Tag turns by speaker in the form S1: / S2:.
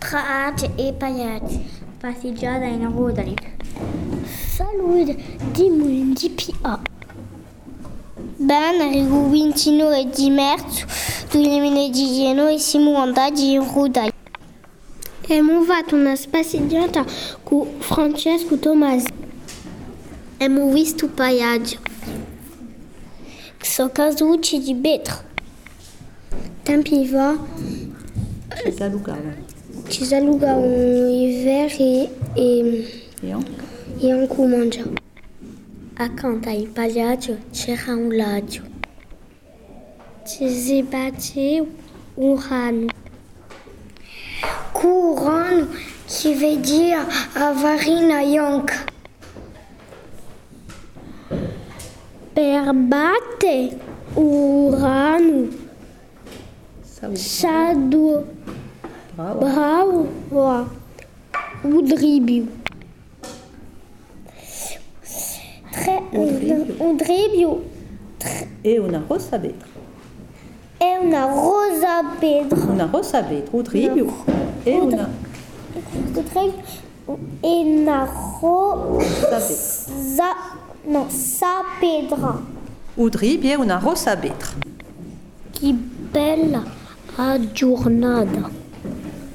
S1: Praat et Payat. Pasijaden Rodani. Salud Dimundi Pia. Ben Riguintino et Dimertu, Dulimine Digieno et Simuanda Rodai. E muvat un spasidiata cu Francesco Tomaz. E muvis tu paiage. Xocazuci di betr. Tampiva,
S2: Chez Alucard.
S1: ci saluga un hiver e, e
S2: Et en
S1: e anche mangia. Accanto ai palhaço c'era um lago. Ci si batte um rano. Curano que veio dire a varina yank. Per batte o rano,
S2: ça vous
S1: sado
S2: bravo.
S1: bravo o drible. Très,
S2: drible.
S1: o drible
S2: Et on a rosa vetro.
S1: é uma rosa pedra.
S2: On a rosa vetro, tribu. Et on a
S1: O drible é uma rosa...
S2: rosa vetro.
S1: Não, sa pedra.
S2: Ou dribu, et on a rosa vetro.
S1: Que bela a jornada.